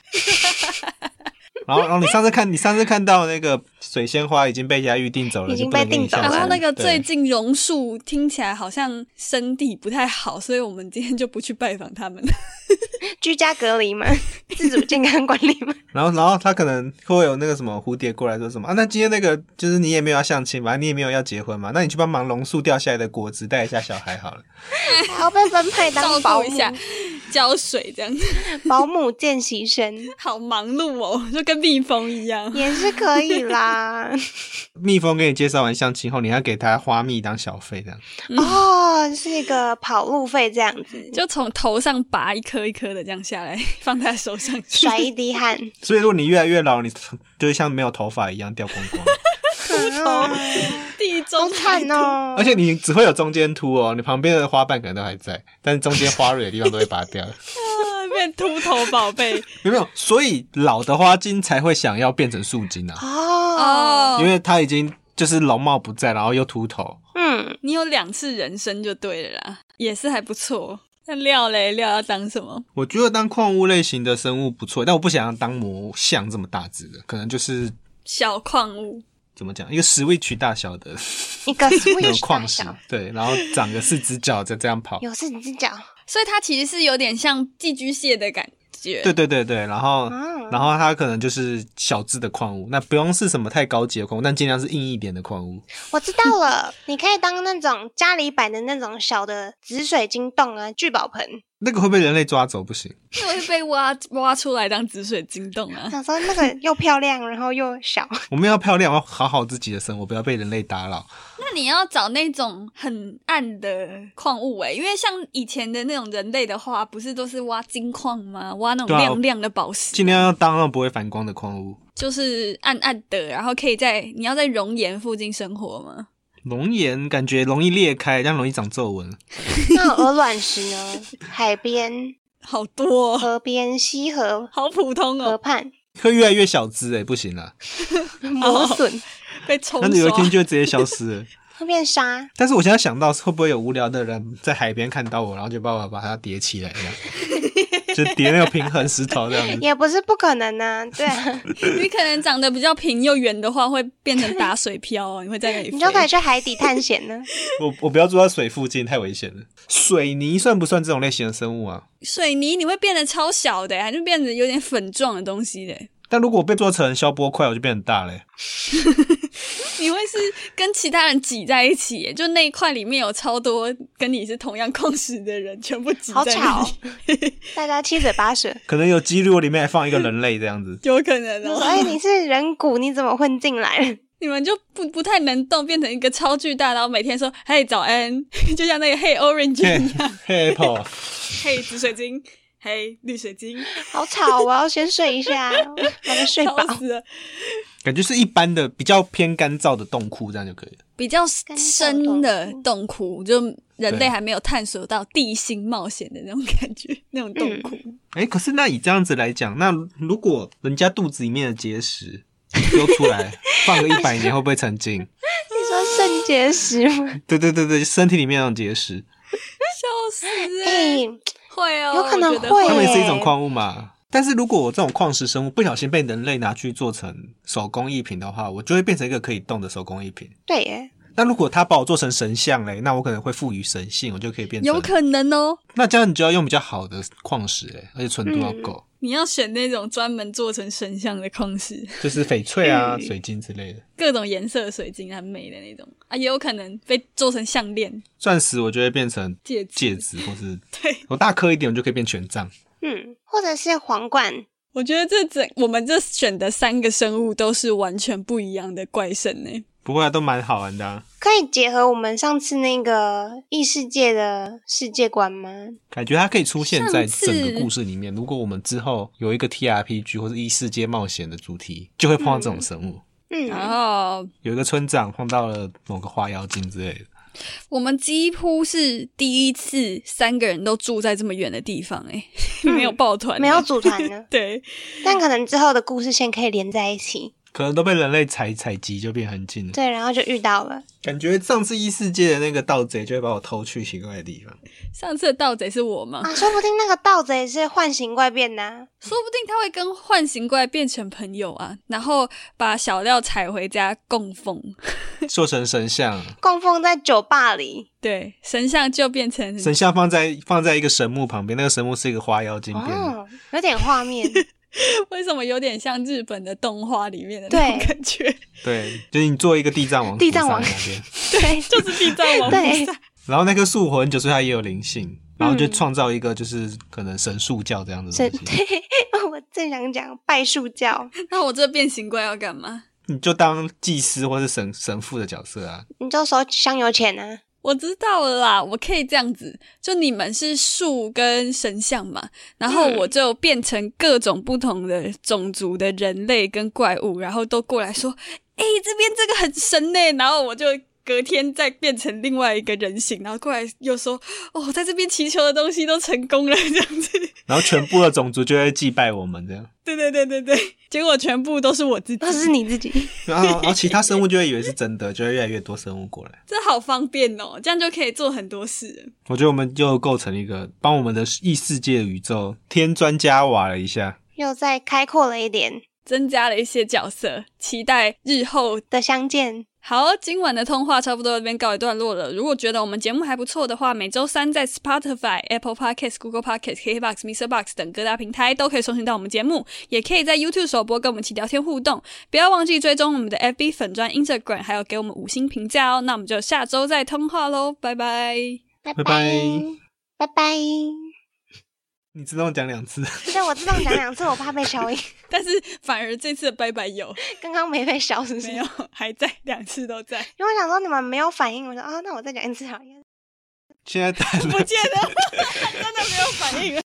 Speaker 3: 然后，然后你上次看，你上次看到那个水仙花已经被人家预定走了，
Speaker 1: 已经
Speaker 3: 就不能
Speaker 1: 被
Speaker 3: 给你
Speaker 1: 订走
Speaker 3: 相
Speaker 1: 了
Speaker 3: 亲
Speaker 2: 然后那个
Speaker 3: 对
Speaker 2: 最近榕树听起来好像身体不太好，所以我们今天就不去拜访他们 了。
Speaker 1: 居家隔离吗？自主健康管 理吗？
Speaker 3: 然后，然后他可能会有那个什么蝴蝶过来说什么啊？那今天那个就是你也没有要相亲嘛，你也没有要结婚嘛，那你去帮忙榕树掉下来的果子带一下小孩好了。
Speaker 1: 还要被分配
Speaker 2: 照
Speaker 1: 当保
Speaker 2: 顾
Speaker 1: 姆
Speaker 2: 一，下，浇水这样子，
Speaker 1: 保姆见习 生
Speaker 2: 好忙碌哦，就跟蜜蜂一样。
Speaker 1: 也是可以啦。
Speaker 3: 蜜蜂给你介绍完相亲后，你要给它花蜜当小费这样。
Speaker 2: 嗯
Speaker 1: 哦，是一个跑路费这样子，
Speaker 2: 就从头上拔一颗一颗的这样下来，放在手上去
Speaker 1: 甩一滴汗。
Speaker 3: 所以，如果你越来越老，你 就像没有头发一样掉光 光，
Speaker 1: 头嗯
Speaker 2: 地
Speaker 1: 好
Speaker 2: 中海
Speaker 1: 惨哦！
Speaker 3: 而且你只会有中间秃哦，你旁边的花瓣可能都还在，但是中间花蕊的地方都会拔掉。
Speaker 2: 啊变秃头宝贝
Speaker 3: 有没有？所以老的花精才会想要变成树精啊，
Speaker 1: 哦，
Speaker 2: 哦
Speaker 3: 因。为它已经就是容貌不在，然后又秃头。
Speaker 1: 嗯，
Speaker 2: 你有两次人生就对了啦，也是还不错。那料嘞，料要当什么？
Speaker 3: 我觉得当矿物类型的生物不错，但我不想要当魔像这么大只的，可能就是
Speaker 2: 小矿物，
Speaker 3: 怎么讲，一个 Switch 大小的
Speaker 1: 一个
Speaker 3: 那种
Speaker 1: Switch 大
Speaker 3: 矿石
Speaker 1: 小，，
Speaker 3: 对，然后长个四只脚再这样跑。
Speaker 1: 有四只脚，
Speaker 2: 所以它其实是有点像寄居蟹的感觉。
Speaker 3: 对对对对，然后
Speaker 1: 啊
Speaker 3: 然后它可能就是小只的矿物，那不用是什么太高级的矿物，但尽量是硬一点的矿物。
Speaker 1: 我知道了，你可以当那种家里摆的那种小的紫水晶洞啊、聚宝盆。
Speaker 3: 那个会被人类抓走，不行。
Speaker 2: 因为被挖挖出来当紫水晶洞啊。
Speaker 1: 想说那个又漂亮，然后又小，
Speaker 3: 我们要漂亮，我要好好自己的生活，不要被人类打扰。
Speaker 2: 那你要找那种很暗的矿物欸诶、因为像以前的那种人类的话，不是都是挖金矿吗？挖那种
Speaker 3: 对啊
Speaker 2: 亮亮的宝石，
Speaker 3: 尽量要当那种不会反光的矿物。
Speaker 2: 就是暗暗的，然后可以在你要在熔岩附近生活吗？
Speaker 3: 龙眼感觉容易裂开，这样容易长皱纹。
Speaker 1: 那鹅卵石呢？海边、
Speaker 2: 好多、
Speaker 3: 呃
Speaker 2: 哦，
Speaker 1: 河边、溪河、
Speaker 2: 好普通
Speaker 1: 河
Speaker 2: 哦，
Speaker 1: 畔、
Speaker 3: 会越来越小只哎、不行了，
Speaker 1: 磨损，
Speaker 2: 被冲
Speaker 3: 呃那你有一
Speaker 2: 刷。
Speaker 3: 天就会直接消失了。
Speaker 1: 会变沙。
Speaker 3: 但是我现在想到，会不会有无聊的人在海边看到我，然后就把我把它叠起来，这样 就叠那个平衡石头这样子。
Speaker 1: 也不是不可能呐、对啊，
Speaker 2: 你可能长得比较平又圆的话，会变成打水漂哦，你会在那里飞。
Speaker 1: 你就可以去海底探险呢。
Speaker 3: 我我不要住在水附近，太危险了。水泥算不算这种类型的生物啊？
Speaker 2: 水泥，你会变得超小的，欸还是变得有点粉状的东西的。欸
Speaker 3: 但如果被做成消波块，我就变很大嘞、
Speaker 2: 你会是跟其他人挤在一起欸耶，就那一块里面有超多跟你是同样矿石的人，全部挤在
Speaker 1: 好
Speaker 2: 一起，
Speaker 1: 吵哦，大家七嘴八舌。
Speaker 3: 可能有几率我里面还放一个人类这样子。
Speaker 2: 有可能
Speaker 1: 就
Speaker 2: 哦
Speaker 1: 说。哎，你是人骨，你怎么混进来了？
Speaker 2: 你们就不不太能动，变成一个超巨大，然后每天说“嘿早安”， 就像那个“嘿 orange”
Speaker 3: 嘿
Speaker 2: 一 样，
Speaker 3: 嘿 Apple，
Speaker 2: 嘿紫水晶，嘿绿水晶，
Speaker 1: 好吵，我要先睡一下，我要睡饱
Speaker 2: 吵。死了。
Speaker 3: 感觉是一般的比较偏干燥的洞窟，这样就可以了。
Speaker 2: 比较
Speaker 1: 干
Speaker 2: 深的
Speaker 1: 嗯
Speaker 2: 洞窟，就人
Speaker 3: 对
Speaker 2: 类还没有探索到地心冒险的那种感觉， 那种洞窟。
Speaker 1: 嗯
Speaker 3: 哎、可是那以这样子来讲，那如果人家肚子里面的结石丢出来，放个一百年会不会成精？
Speaker 1: 你说肾结石吗？
Speaker 3: 对对对对，身体里面那种结石，
Speaker 2: 笑死、
Speaker 1: 哎、
Speaker 2: 欸！会哦，
Speaker 1: 有可能
Speaker 2: 我觉得
Speaker 1: 会
Speaker 3: 它
Speaker 1: 对
Speaker 3: 们也是一种矿物嘛。但是如果我这种矿石生物不小心被人类拿去做成手工艺品的话，我就会变成一个可以动的手工艺品。
Speaker 1: 对耶，
Speaker 3: 那如果他把我做成神像嘞，那我可能会赋予神性，我就可以变成。
Speaker 2: 有可能哦。
Speaker 3: 那这样你就要用比较好的矿石嘞，而且纯度要够，
Speaker 2: 你要选那种专门做成神像的矿石，
Speaker 3: 就是翡翠啊、
Speaker 2: 嗯
Speaker 3: 水晶之类的。
Speaker 2: 各种颜色的水晶很美的那种啊，也有可能被做成项链、
Speaker 3: 钻石我就会变成
Speaker 2: 戒指。
Speaker 3: 戒指，或是
Speaker 2: 对，
Speaker 3: 我大颗一点，我就可以变权杖。
Speaker 1: 嗯，或者是皇冠，
Speaker 2: 我觉得这整我们这选的三个生物都是完全不一样的怪欸兽呢。
Speaker 3: 不过啊都蛮好玩的、啊，
Speaker 1: 可以结合我们上次那个异世界的世界观吗？
Speaker 3: 感觉它可以出现在
Speaker 2: 上次
Speaker 3: 整个故事里面。如果我们之后有一个 T R P G 或是异世界冒险的主题，就会碰到这种生物。
Speaker 1: 嗯，
Speaker 2: 然后
Speaker 3: 有一个村长碰到了某个花妖精之类的，
Speaker 2: 我们几乎是第一次三个人都住在这么远的地方、欸，哎，
Speaker 1: 嗯
Speaker 2: 没有抱团、，
Speaker 1: 没有组团呢
Speaker 2: 对，
Speaker 1: 但可能之后的故事线可以连在一起。
Speaker 3: 可能都被人类采采集，就变很近了。
Speaker 1: 对，然后就遇到了，
Speaker 3: 感觉上次异世界的那个盗贼就会把我偷去奇怪的地 方。
Speaker 2: 上次的盗贼是我吗？
Speaker 1: 啊，说不定那个盗贼是幻形怪变的啊、
Speaker 2: 说不定他会跟幻形怪变成朋友啊，然后把小廖采回家供奉，
Speaker 3: 做成神像，
Speaker 1: 供奉在酒吧里。
Speaker 2: 对，神像就变成
Speaker 1: 嗯
Speaker 3: 神像放在放在一个神木旁边，那个神木是一个花妖精变的。
Speaker 1: 哦，有点画面，
Speaker 2: 为什么有点像日本的动画里面的那种
Speaker 1: 对
Speaker 2: 感觉？
Speaker 3: 对，就是你做一个地藏王，
Speaker 1: 地藏王
Speaker 3: 那边，
Speaker 1: 对，
Speaker 2: 就是地藏王菩
Speaker 1: 对
Speaker 2: 萨，
Speaker 3: 然后那棵树活很久，所以它也有灵性，然后
Speaker 1: 嗯
Speaker 3: 就创造一个就是可能神树教这样的
Speaker 1: 是，
Speaker 3: 东西。
Speaker 1: 对，我正想讲拜树教，
Speaker 2: 那我这变形怪要干嘛？
Speaker 3: 你就当祭司或是神神父的角色啊，
Speaker 1: 你就收香油钱啊。
Speaker 2: 我知道了啦，我可以这样子，就你们是树跟神像嘛，然后
Speaker 1: 嗯
Speaker 2: 我就变成各种不同的种族的人类跟怪物，然后都过来说，哎、这边这个很神呢、然后我就。隔天再变成另外一个人形，然后过来又说：“哦，在这边祈求的东西都成功了，这样子。
Speaker 3: 然后全部的种族就会祭拜我们这样，”
Speaker 2: 对对对对对，结果全部都是我自己，
Speaker 1: 都是你自己，
Speaker 3: 然后然后其他生物就会以为是真的，就会越来越多生物过来。
Speaker 2: 这好方便哦，这样就可以做很多事了。
Speaker 3: 我觉得我们就构成一个帮我们的异世界宇宙添砖加瓦了一下。
Speaker 1: 又再开阔了一点
Speaker 2: 增加了一些角色，期待日后
Speaker 1: 的相见。
Speaker 2: 好，今晚的通话差不多这边告一段落了。如果觉得我们节目还不错的话，每周三在 Spotify、Apple Podcasts、Google Podcasts、KKBox、Mr. Box 等各大平台都可以收听到我们节目，也可以在 YouTube 首播跟我们一起聊天互动。不要忘记追踪我们的 FB 粉专、Instagram，还有给我们五星评价哦。那我们就下周再通话喽，拜拜。
Speaker 5: 拜
Speaker 3: 拜
Speaker 5: 拜
Speaker 1: 拜拜。
Speaker 3: 你自动讲两次，
Speaker 1: 对，我自动讲两次，我怕被 消音。
Speaker 2: 但是反而这次的拜拜有
Speaker 1: 刚刚没被消，是不是？
Speaker 2: 没有
Speaker 1: 因
Speaker 2: 还在两次都在
Speaker 1: 为我想说你们没有反应，我说啊，那我再讲一次好了。
Speaker 3: 现在打
Speaker 2: 不见了，真的没有反应了。